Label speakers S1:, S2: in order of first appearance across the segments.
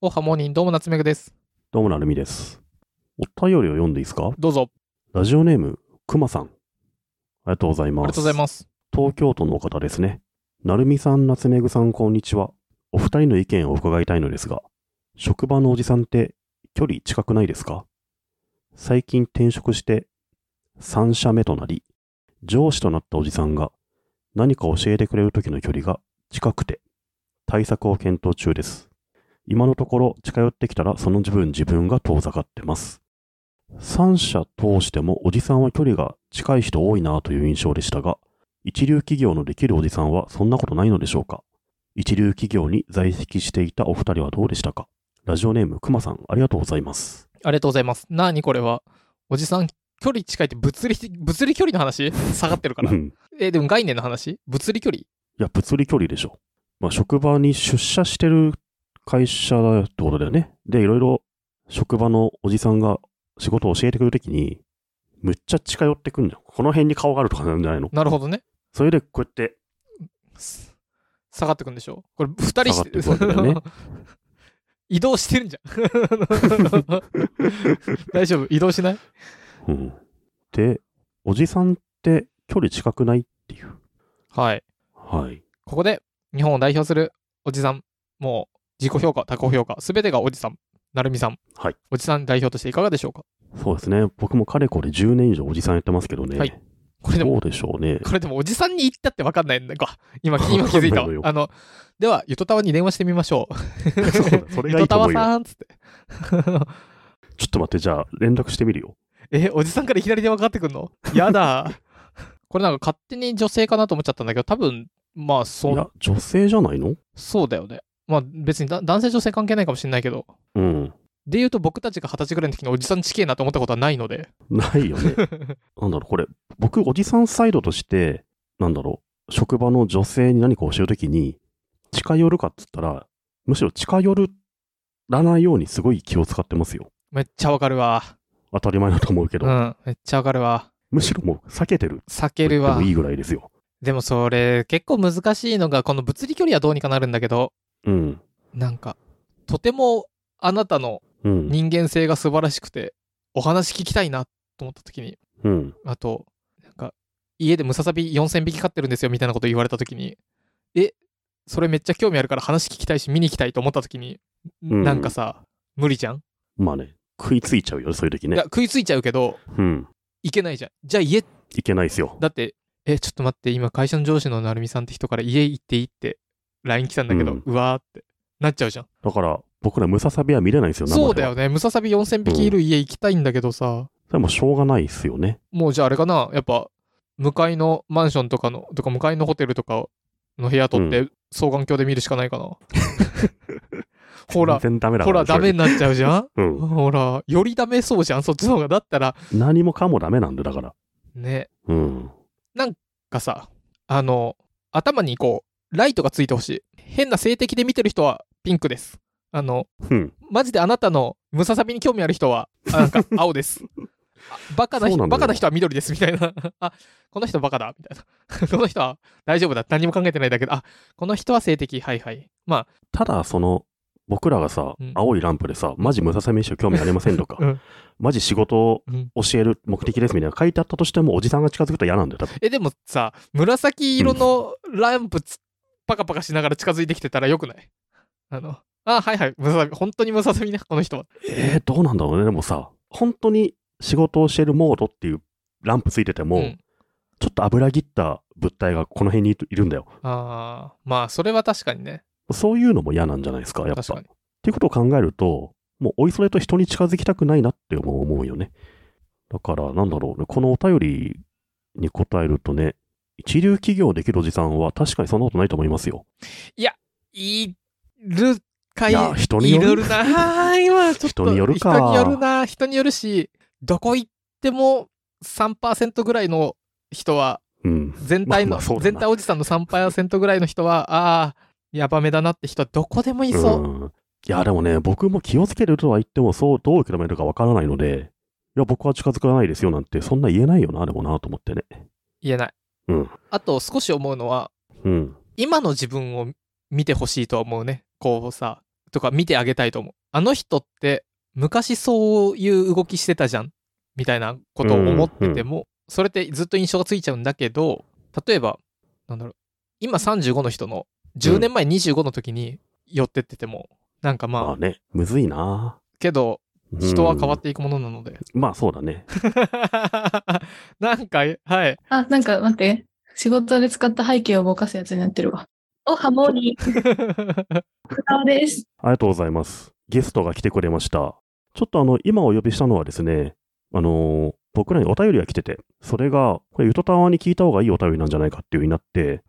S1: おはモーニンどうも夏目くです。
S2: どうもなるみです。お便りを読んでいいですか
S1: どうぞ。
S2: ラジオネーム、くまさん。ありがとうござい
S1: あ
S2: ま
S1: りが
S2: す。
S1: とうございます。
S2: 東京都の方ですね。なるみさん、なつめぐさん、こんにちは。お二人の意見を伺いたいのですが、職場のおじさんって距離近くないですか最近転職して3社目となり、上司となったおじさんが何か教えてくれる時の距離が近くて、対策を検討中です。今のところ近寄ってきたらその自分自分が遠ざかってます。3社通してもおじさんは距離が近い人多いなという印象でしたが、一流企業のできるおじさんはそんなことないのでしょうか一流企業に在籍していたお二人はどうでしたかラジオネームくまさん、ありがとうございます。
S1: ありがとうございます。なにこれは。おじさん、距離近いって物理的、物理距離の 話下がってるか
S2: う
S1: ら。
S2: ん。
S1: え、でも概念の話物理距離
S2: いや、物理距離でしょ。まあ、職場に出社してる会社だってことだよね。で、いろいろ職場のおじさんが仕事を教えてくれるときに、むっちゃ近寄ってくんじゃん。この辺に顔があるとかなんじゃないの
S1: なるほどね。
S2: それでこうやって、
S1: す下がってくんでしょこれ、二人して
S2: 下がってくわけだよね
S1: 移動してるんじゃん。 大丈夫移動しない
S2: うん。で、おじさんって距離近くないっていう。
S1: はい。
S2: はい。
S1: ここで、日本を代表するおじさん。もう、自己評価、他己評価、すべてがおじさん。なるみさん。
S2: はい。
S1: おじさん代表としていかがでしょうか
S2: そうですね。僕もかれこれ10年以上おじさんやってますけどね。
S1: はいこれでも
S2: どうでしょう ね。
S1: これでもおじさんに言ったって分かんないんだか。今、今気づいた
S2: わ
S1: わ
S2: かんな いのよ。
S1: あの、では、ゆとたわに電話してみまし ょう。
S2: そうだそれ
S1: ゆと
S2: がいいと
S1: た
S2: 思
S1: わ
S2: うよ。
S1: さんっつって。
S2: ちょっと待って、じゃあ連絡してみるよ。
S1: え、おじさんからいきなり電話かかってくんのやだ。 これなんか勝手に女性かなと思っちゃったんだけど、多分、まあ、
S2: い
S1: そ
S2: や
S1: う、、
S2: 女性じゃないの
S1: そうだよね。まあ、別にだ男性女性関係ないかもしれないけど。
S2: うん。
S1: で言うと、僕たちが二十歳ぐらいの時におじさんちけえなと思ったことはないので。
S2: ないよ ね。なんだろう、これ、僕、おじさんサイドとして、なんだろう、職場の女性に何かを教えるときに、近寄るかっつったら、むしろ近寄らないようにすごい気を使ってますよ。
S1: めっちゃわかるわ。
S2: 当たり前だと思うけ
S1: う
S2: ど、
S1: ん、めっちゃわかるわ。
S2: むしろもう避けてる。
S1: 避
S2: と
S1: ける
S2: 言って
S1: わ
S2: もい。いぐらいですよ。
S1: でもそれ、結構難しいのが、この物理距離はどうにかなるんだけど、
S2: うん。
S1: なんか、とてもあなたの
S2: うん。
S1: 人間性が素晴らしくて、お話聞きたいなと思った時に、
S2: うん。
S1: あと、なんか、家でムササビ4000匹飼ってるんですよみたいなこと言われた時に、え、それめっちゃ興味あるから話聞きたいし見に行きたいと思った時に、
S2: ん
S1: なんかさ、無理じゃん、
S2: まあね、食いついちゃうよ、そういうとき
S1: い
S2: ね
S1: や。食いついちゃうけど、
S2: うん。
S1: いけないじゃん。じゃあ家、
S2: いけないですよ。
S1: だって、え、ちょっと待って、今会社の上司の成美さんって人から家行っていいって LINE 来たんだけど、
S2: うん
S1: うわーってなっちゃうじゃん。
S2: だから、僕らムササビは見れないんですよ、生では
S1: そうだよ。ね。ムササビ4000匹いる家行きたいんだけどさ、
S2: それはもうしょうがないですよね。
S1: もうじゃああれかな、やっぱ、向かいのマンションとかの、とか向かいのホテルとかの部屋取って、双眼鏡で見るしかないかな。 ほら、
S2: 全然ダメだ
S1: ほ、
S2: から
S1: ダメになっちゃうじゃん
S2: それうん。
S1: ほら、よりダメそうじゃん、そっちの方が。だったら、
S2: 何もかもダメなんで、だから。
S1: ね、
S2: うん。
S1: がさ、あの、頭にこう、ライトがついてほしい。変な性的で見てる人はピンクです。あの、
S2: うん。
S1: マジであなたのムササビに興味ある人 は、あなんか青です。あバカな
S2: そう
S1: 人
S2: なんだ
S1: バ
S2: よ
S1: カな人は緑ですみたいな。 あこの人バカだみたいな。こ の人は大丈夫だ。何も考えてないだけど、あこの人は性的。はいはい。ま
S2: ただ、その、僕らがさ、
S1: うん
S2: 青いランプでさ、マジムササビにしか興味ありませんとか、
S1: うん
S2: マジ仕事を
S1: あ、うん
S2: 教える目的ですみたいな書いてあったとしても、おじさんが近づくと嫌なんだよ、多分。
S1: え、でもさ、紫色のランプつパカパカしながら近づいてきてたらよくないあの、あ、はいはい。ムササビ。本当にムササビね、この人は。
S2: えー、どうなんだろうね。でもさ、本当に仕事を教えるモードっていうランプついてても、
S1: うん
S2: ちょっと油切った物体がこの辺にいるいるんだよ。
S1: あーまあ、それは確かにね。
S2: そういうのも嫌なんじゃないですか、やっぱ。
S1: 確かに。
S2: っていうことを考えると、もうおいそれと人に近づきたくないなって思う思うよね。だから、なんだろうね、このお便りに答えるとね、一流企業できるおじさんは確かにそんなことないと思いますよ。
S1: いるか
S2: い
S1: い
S2: や、人に
S1: い
S2: よ
S1: ろい
S2: る。
S1: ろ な。あー今ちょっと
S2: 人によるか
S1: 人によるな。人によるし、どこ行っても3%ぐらいの人は、
S2: うん。
S1: 全体の、
S2: まあまあそうだな
S1: 全体おじさんの3%ぐらいの人は、ああ、やばめだなって人はどこでもいそう。
S2: うんいや、でもね、僕も気をつけるとは言っても、そう、どう受け止めるかわからないので、いや、僕は近づかないですよなんて、そんな言えないよな、でもな、と思ってね。
S1: 言えない。
S2: うん
S1: あと、少し思うのは、
S2: うん。
S1: 今の自分を見てほしいとは思うね。こうさ、とか見てあげたいと思う。あの人って昔そういう動きしてたじゃんみたいなことを思ってても、それってずっと印象がついちゃうんだけど、例えば、なんだろう、今35の人の10年前25の時に寄ってってても、なんか
S2: ま
S1: ま
S2: あね、むずいな
S1: あ、けど
S2: うん
S1: 人は変わっていくものなので。
S2: まあそうだね。
S1: なんか、 はい。
S3: あ、なんか待って。仕事で使った背景をぼかすやつになってるわ。おはモーニー、ふたおです。
S2: ありがとうございます。ゲストが来てくれました。ちょっとあの、今お呼びしたのはですね、あのー僕らにお便りが来てて、それが、これ、ゆとたわに聞いた方がいいお便りなんじゃないかっていう風になって、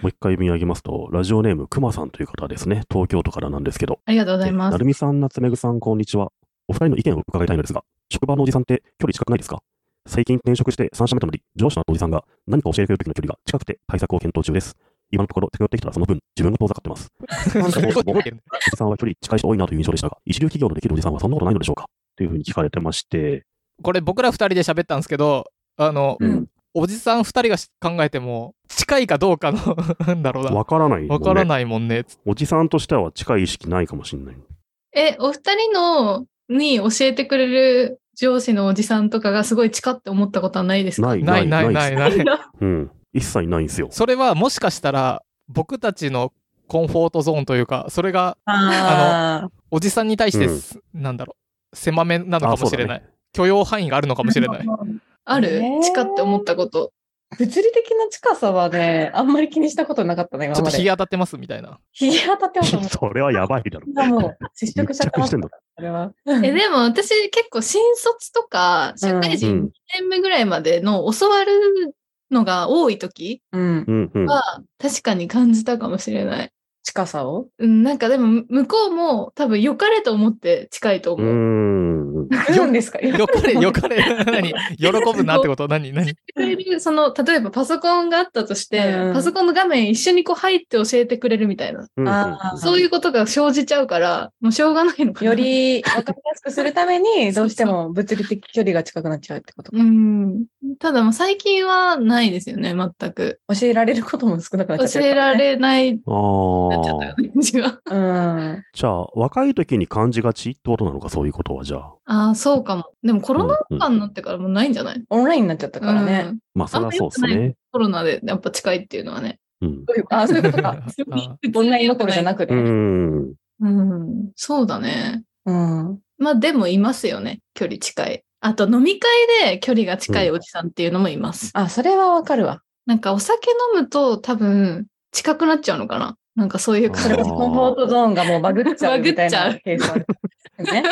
S2: もう一回見上げますと、ラジオネームくまさんという方ですね、東京都からなんですけど、
S3: ありがとうございま
S2: な
S3: す
S2: る。みさん、なつめぐさん、こんにちは。お二人の意見を伺いたいのですが、職場のおじさんって距離近くないですか最近転職して3社目となり、上司のおじさんが何か教えてくれる時の距離が近くて対策を検討中です。今のところ、手寄ってきたらその分、自分が遠ざかってます。なんかどうしてもおじさんは距離近い人多いなという印象でしたが、一流企業のできるおじさんはそんなことないのでしょうかというふうに聞かれてまして、
S1: これ僕ら2人で喋ったんですけど、あの、
S3: うん。
S1: おじさん2人がし考えても、近いかどうかの、 なんだろうな。
S2: わからない、ね。
S1: わから
S2: い。
S1: ないもんね。
S2: おじさんとしては近い意識ないかもしれない。
S3: え、お二人のに教えてくれる上司のおじさんとかがすごい近って思ったことはないですか
S2: ない
S1: ないないない
S3: な
S1: ないい。
S3: な。
S2: うん。一切ないんですよ。
S1: それはもしかしたら、僕たちのコンフォートゾーンというか、それが
S4: あの、
S1: おじさんに対して
S2: うん
S1: す、なんだろう、狭めなの
S2: あ
S1: かもしれない。。許容範囲があるのかもしれ ない。
S3: ある
S4: ねえ
S3: 近って思ったこと。
S4: 物理的な近さはね、あんまり気にしたことなかったね、
S1: ちょ
S4: 今
S1: っと
S4: ま
S1: 日
S4: で。
S1: 当たってますみたいな。
S4: 日当たってま
S2: そ
S4: す
S2: うだ
S4: もん
S2: ね。 それはやばいだろ。
S4: 今もう、接触しちゃって
S2: 密着
S4: ま
S2: して
S4: す
S2: んだ
S4: あれは。
S3: え、でも私結構新卒とか社会
S2: う
S3: 人2
S2: ん。
S3: 年目ぐらいまでの教わるのが多い時
S4: うん。
S2: うんうん。
S3: は確かに感じたかもしれない。
S4: 近さを
S3: うん、なんかでも向こうも多分良かれと思って近いと
S2: う
S3: 思う。
S2: ん。
S4: 読んですか
S1: よかれ、よかれ、 何喜ぶなってこと何何
S3: くれるその例えばパソコンがあったとして、
S4: うん
S3: パソコンの画面一緒にこう入って教えてくれるみたいな、
S2: うん
S4: あー
S3: そういうことが生じちゃうからもうしょうがないのかな
S4: より分かりやすくするために、どうしても物理的距離が近くなっちゃうってことか。
S3: うんただもう最近はないですよね全く
S4: 教えられることも少なくなっちゃって
S3: 教え
S4: るからね。
S3: れない
S2: あ
S3: なっちゃった
S2: ー
S3: よね自分は
S4: うん。
S2: じゃあ、若い時に感じがちってことなのか、そういうことは、じゃあ。
S3: ああそうかもでもコロナ
S2: うんうん
S3: 禍になってからもうないんじゃない、
S4: オンラインになっちゃったから
S3: う
S4: ね。
S3: ん
S2: まあ、それはそうですね。
S3: コロナでやっぱ近いっていうのはね
S2: うん。
S4: どういうあ、 そういうことか。
S1: あ
S4: オンラインどころじゃなくて
S2: う。ん。
S3: うんそうだね
S4: うん。
S3: まあでもいますよね距離近いあと飲み会で距離が近いおじさんっていうのもいます、
S4: あ、それはわかるわ。
S3: なんかお酒飲むと多分近くなっちゃうのかななんかそういう
S2: あ
S4: そ
S3: 感
S4: れ
S3: じ
S4: こ。そコンフォートゾーンがもうバグっちゃうみたい
S3: バ
S4: な
S3: グっ
S4: ケースある。ね。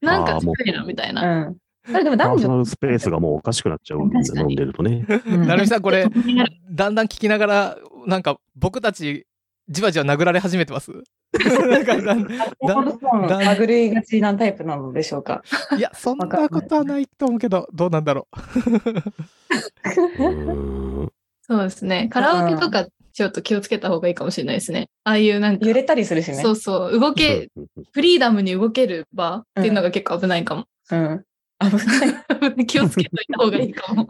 S3: なんか
S2: あーもう
S3: 近いなみたいうな。
S4: ん。それでも
S2: パー
S4: 男
S2: ソナ
S4: 女。
S2: ルスペースがもうおかしくなっちゃうもんね
S3: 確か
S2: 飲
S3: に
S2: んでると ね。
S4: うん
S1: なるみさん、これ、
S3: 気になる
S1: だんだん聞きながら、なんか僕たち、じわじわ殴られ始めてます。 なんかだん
S4: コンフォートゾーン
S1: だ
S4: バグりがちなタイプなのでしょうか。
S1: いや、そんなことはないと思うけど、どうなんだろう。
S2: うーん
S3: そうですね。カラオケとかちょっと気をつけた方がいいかもしれないですね。ああいうなんか
S4: 揺、れたりするしね。
S3: そうそう、動け、フリーダムに動ける場っていうのが結構危ないかも。
S4: うん。危ない。
S3: 気をつけといた方がいいかも。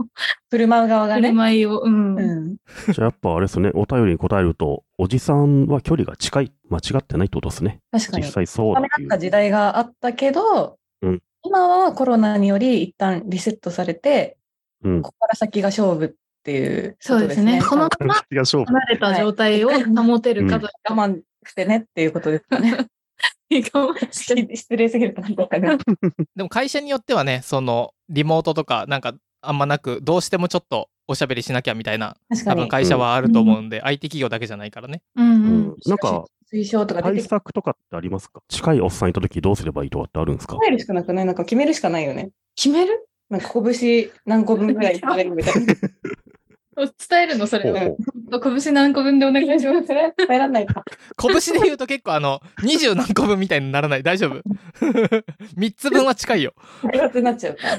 S4: 振る舞う側が
S3: 振る
S4: ね。
S3: 舞いを、うん。
S4: うん。
S2: じゃあやっぱあれですね、お便りに答えると、おじさんは距離が近い、間違ってないってことですね。
S4: 確か
S2: 実
S4: に。
S2: 際そう
S4: ダ
S2: だってい
S4: メだっ
S2: う
S4: た時代があったけど、
S2: うん
S4: 今はコロナにより一旦リセットされて、
S2: うん。
S4: ここから先が勝負っていうこ
S3: そう
S4: と
S3: で
S4: ですす
S3: ね
S4: ね。。
S3: このまま
S2: いや勝負
S3: 離れた状態を保てるかどうか
S4: 我慢してねっていうことです よね。
S3: いいかもしれない。
S4: 失礼すぎるかなんかわかんない
S1: でも会社によってはね、その、リモートとか、なんか、あんまなく、どうしてもちょっとおしゃべりしなきゃみたいな、
S4: 確か
S1: 多分
S4: に。
S1: 会社はあると思うんで、IT 企業だけじゃないからね。
S3: うん
S2: う
S3: うん
S2: んなんか、
S4: 推奨とか出
S2: 対
S4: てきて、
S2: 策とかってありますか近いおっさんいた時どうすればいいとかってあるんですか
S4: 考えるしかなくないなんか決めるしかないよね。
S3: 決める
S4: なんか拳何個分ぐらい取れるみたいな。
S3: 伝えるのそれ
S2: ほう
S3: を。
S2: ほう
S3: 拳何個分でお願いします。
S4: 帰らないか。
S1: 拳で言うと結構あの、20何個分みたいにならない。大丈夫。3つ分は近いよ。
S4: 複雑になっちゃうから。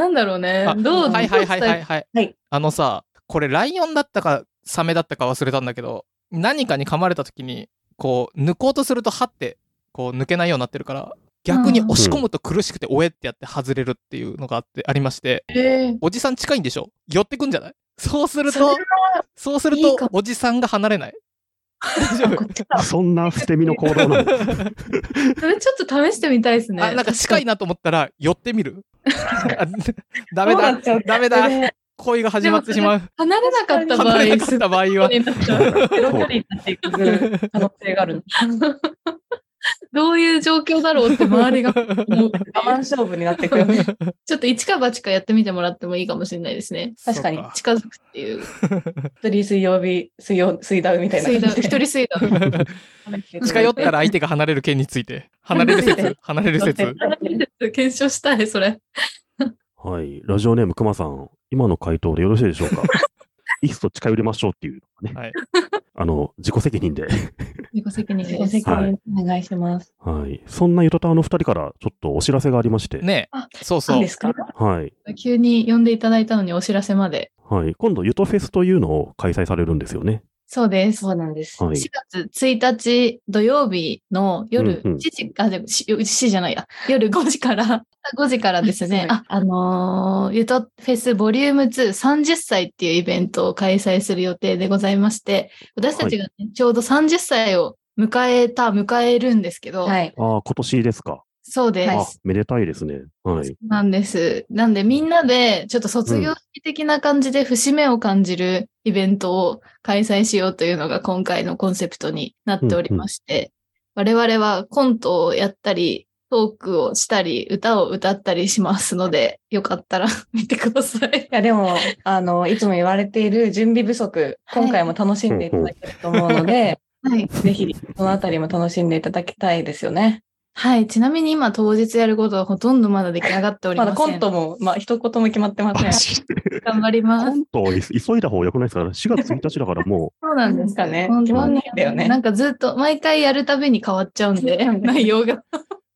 S3: なんだろうね
S1: あ。
S3: どう、
S1: はいはいはいはい
S3: い。
S1: はい。
S4: はい
S1: あのさ、これライオンだったかサメだったか忘れたんだけど、何かに噛まれた時に、こう、抜こうとすると歯って、こう、抜けないようになってるから、逆に押し込むと苦しくて、おえってやって外れるっていうのがあって、ありまして、
S3: えー
S1: おじさん近いんでしょ寄ってくんじゃないそうする
S3: それ
S1: と
S3: は、
S1: そうする
S3: いい
S1: と
S3: かも、
S1: おじさんが離れない。大丈夫
S4: こっちか。
S2: そんな捨て身の行動なの
S3: それちょっと試してみたいですね。
S1: あ、なんか近いなと思ったら、寄ってみ る。あダメ
S4: どう
S1: だ
S4: なっ。ちゃう
S1: ダメだ。恋が始まってしまう。
S3: 離れなかった場合
S1: 離れ、なか
S3: す
S1: っ
S3: った
S1: 場合
S3: ご
S1: は。
S3: いなっちゃう
S4: ゼロ距離になっていく可能性が ある。
S3: どういう状況だろうって周 りが思う。
S4: 我慢勝負になっていくよね。
S3: ちょっと一か八かやってみてもらってもいいかもしれないですね。
S4: 確かに
S1: そう
S3: 近づくっていう。
S4: 一人水曜日、水曜、水ダウみたいな
S3: 水
S4: 感
S3: 道、
S4: じ
S3: 一
S4: で。
S3: 人水道。
S1: 近寄ったら相手が離れる件について。離れる説、離れる説。
S3: 検証したい、それ。
S2: はい。ラジオネームくまさん、今の回答でよろしいでしょう かいっそ近寄りましょうっていうのがね、
S1: はい。
S2: あの、自己責任で。
S3: 自己責任
S4: 自己
S3: です。
S4: 責任お願いします。
S2: はい。そんなゆとたわの二人からちょっとお知らせがありまして、
S1: ね
S3: あ
S1: え。そう
S4: いい
S1: そう
S4: で。すか
S2: はい。
S3: 急に呼んでいただいたのにお知らせまで。
S2: はい。今度、ゆとフェスというのを開催されるんですよね。
S3: そうです。
S4: そうなんです。
S2: はい。
S3: 4月1日土曜日の夜
S2: うんうん
S3: 7時、あ、でもし7時じゃないや。夜5時から、5時 からです ね、
S4: は
S3: あ、あのーゆとフェスボリューム2 30歳っていうイベントを開催する予定でございまして、私たちがね、ちょうど30歳を迎えた、迎えるんですけど、
S4: はい。
S2: ああ、今年ですか。
S3: そうです。
S4: はい
S2: あ、めでたいですね。はい。
S3: なんです。なんでみんなでちょっと卒業式的な感じで節目を感じるイベントを開催しようというのが今回のコンセプトになっておりまして、我々はコントをやったり、トークをしたり、歌を歌ったりしますので、よかったら 見てください。
S4: いや、でも、あの、いつも言われている準備不足、
S3: はい
S4: 今回も楽しんでいただけると思うので、
S3: はい。
S4: ぜひ、そのあたりも楽しんでいただきたいですよね。
S3: はい。ちなみに今当日やることはほとんどまだ出来上がっておりま
S4: ま
S3: せ
S4: だ
S3: ん。
S4: コントも、まあ、一言も決まってません。
S3: 頑張り
S2: コ
S3: ます。
S2: ントをい急いだ方が良くないですから、4月1日だからも
S3: そうなんです
S4: かね
S3: コン
S4: 決
S3: ト
S4: ま
S3: は
S4: んな
S3: ね
S4: いんだよね
S3: なんかずっと毎回やるたびに変わっちゃうんで、内容 が。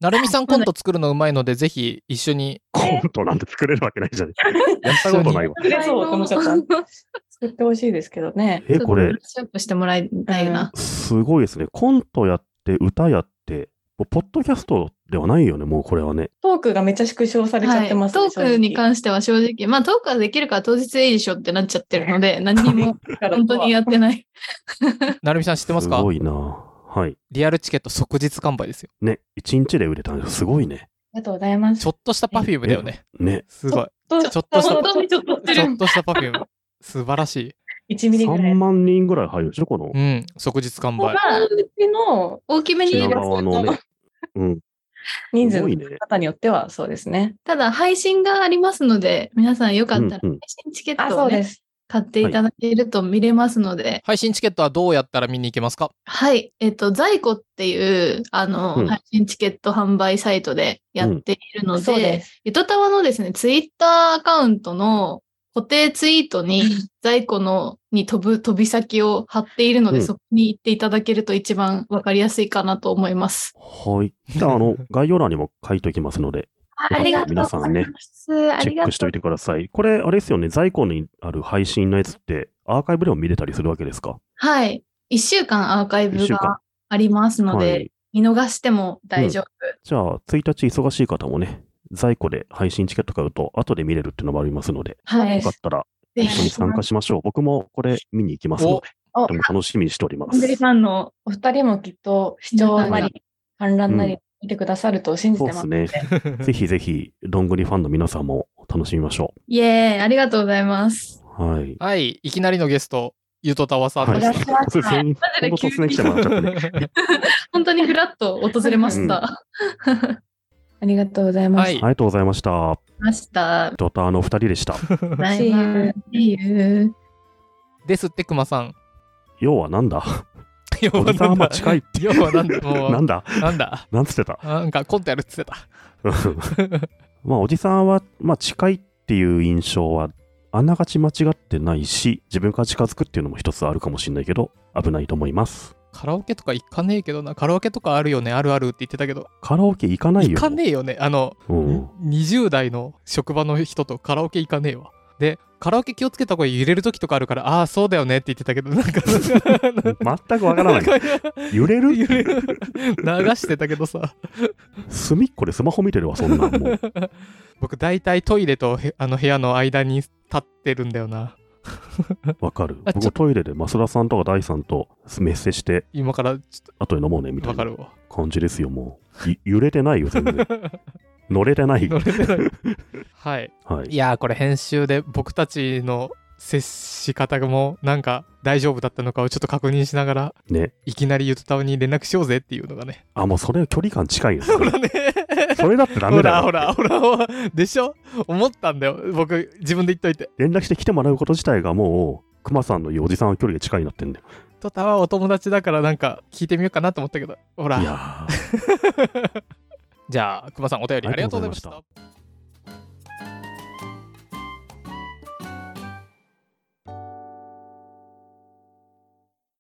S1: なるみさんコント作るのうまいので、ぜひ一緒に。
S2: う、コントなんて作れるわけないじゃないですか。やったこと ないわ。
S4: 作れそう、この方。作ってほしいですけどね。
S2: え、これ、
S3: ショップしてもらいたいな。
S2: すごいですね。コントやって、歌やって、もうポッドキャストではないよね、もうこれはね。
S4: トークがめっちゃ縮小されちゃってますね、
S3: はいトークに
S4: し
S3: 関しては正直、まあトークはできるから当日でいいでしょってなっちゃってるので、何 にも
S4: て
S3: 本当にやってない。
S1: なるみさん知ってますか
S2: すごいなはい。
S1: リアルチケット即日完売ですよ。
S2: ね、1日で売れたんです。すごいね。
S4: ありがとうございます。
S1: ちょっとしたパフュームだよね。
S2: ね。
S1: すごい。
S4: と
S1: ちょっとした
S4: ち
S3: 本
S4: ょっ
S3: 当にちょっとして
S1: ちょ
S3: る
S1: っ。としたパフューム。素晴らし い。
S4: 1ミリぐら
S2: 3
S4: い。
S2: 万人ぐらい入るでしょ、この
S1: うん。即日完
S4: ま
S1: 売。
S4: あ、うちの
S3: 大きめに言
S2: 品
S3: えば
S2: 川のね。うん。
S4: 人数
S2: すごい
S4: の
S2: ね
S4: 方によってはそうですね。
S3: ただ配信がありますので、皆さんよかったら
S2: うんう
S3: 配
S2: ん
S3: 信チケッ
S4: あ、
S3: トを
S4: そう
S3: ね、
S4: です。
S3: 買っていただけると見れますので、
S1: 配信チケットはどうやったら見に行けますか
S3: はい。えっと、在庫っていう、あの、
S2: うん
S3: 配信チケット販売サイトでやっているの
S4: そう
S3: で
S4: で、す。
S3: ゆとたわのですね、ツイッターアカウントの固定ツイートに、在庫のに飛ぶ飛び先を貼っているので、
S2: うん
S3: そこに行っていただけると一番わかりやすいかなと思います。
S2: はい。じゃあ、あの、概要欄にも書いときますので、
S3: ありがとうござい
S2: 皆
S3: ます。
S2: さんね、
S3: あ
S2: チ
S3: り
S2: ェッ
S3: が
S2: クし
S3: と
S2: と
S3: う
S2: い。てください。これ、あれですよね、在庫にある配信のやつって、アーカイブでも見れたりするわけですか
S3: はい。一週間アーカイブ
S2: 一週間
S3: がありますので、
S2: はい。
S3: 見逃しても大丈夫。
S2: じゃあ、1日忙しい方もね、在庫で配信チケット買うと、後で見れるっていうのもありますので、
S3: は
S4: そう
S3: い。
S2: よ
S4: で
S2: かっ
S4: す
S2: たら
S3: ぜ
S2: 一緒に
S3: ひ、
S2: 参加しましょう。僕もこれ見に行きますので、
S4: お
S2: とても楽しみにしておりま
S3: アン
S2: す
S3: デ。リさんの、
S4: お二人もきっと視聴なり、観覧な
S2: う
S4: り見てくださると信じ
S2: そ
S4: て
S2: うで
S4: ますす。
S2: ね。ぜひぜひ、どんぐりファンの皆さんも楽しみましょ
S3: イエーイ、ありがとうございます。
S2: う。はい。
S1: はい。いきなりのゲスト、ゆとたわさん
S2: は
S1: で
S2: い
S1: した。
S2: 突然、
S3: で
S2: ほんと突然来てもらっちゃってね。
S3: 本当にふらっと訪れました。
S4: ありがとうございま
S1: は
S4: す。
S1: い
S2: あ。りがとうございました。
S3: ました。
S2: ドターのお二人 でした。
S3: See you. See you.
S1: ですって、くまさん。
S2: 要はなんだ
S1: 要
S2: お
S1: は
S2: じさん
S1: なん
S2: は
S1: だ
S2: 近い。
S1: 要はなんだもう
S2: なんだ
S1: なんだ
S2: なんつって た
S1: なんかコントやるっつってた。
S2: まあ、おじさんは、まあ、近いっていう印象は、あながち間違ってないし、自分から近づくっていうのも一つあるかもしれないけど、危ないと思います。
S1: カラオケとか行かねえけどな。カラオケとかあるよね、あるあるって言ってたけど。
S2: カラオケ行かない
S1: 行
S2: よ。
S1: かねえよね。あの、
S2: うん。
S1: 20代の職場の人とカラオケ行かねえわ。で、カラオケ気をつけた声揺れる時とかあるから、ああ、そうだよねって言ってたけど、なんか、
S2: 全くわからない。揺れ
S1: 揺れ
S2: る
S1: る流してたけどさ。
S2: 隅っこでスマホ見てるわ、そんなんもう。
S1: 僕、大体トイレとへあの部屋の間に立ってるんだよな。
S2: わかる。
S1: あちょ
S2: 僕トイレで増田さんとか大さんとメッセして、
S1: 今からちょっ
S2: 後で飲もうねみ
S1: とわ
S2: たい
S1: か
S2: な
S1: るわ。
S2: 感じですよ、もう。ゆ揺れてないよ、全然。乗れてない。
S1: 乗れてない。はい。
S2: はい
S1: い。やーこれ編集で僕たちの接し方もなんか大丈夫だったのかをちょっと確認しながら
S2: ね。
S1: いきなりゆとたわに連絡しようぜっていうのがね。
S2: あ、もうそれは距離感近いよ。そ
S1: ほ
S2: れ
S1: らね。
S2: それだってダ
S1: ほ
S2: メだ
S1: らほ
S2: よ。
S1: らほらほら。でしょ思ったんだよ。僕自分で言っといて。
S2: 連絡して来てもらうこと自体がもう、熊さんの言うおじさんは距離が近いなってんだよ。
S1: ゆとたわはお友達だからなんか聞いてみようかなと思ったけど。ほ
S2: い
S1: ら。
S2: やー。
S1: じゃあ、くまさんお便りありがとうございまし
S2: ありがとうございまし
S1: た。
S2: た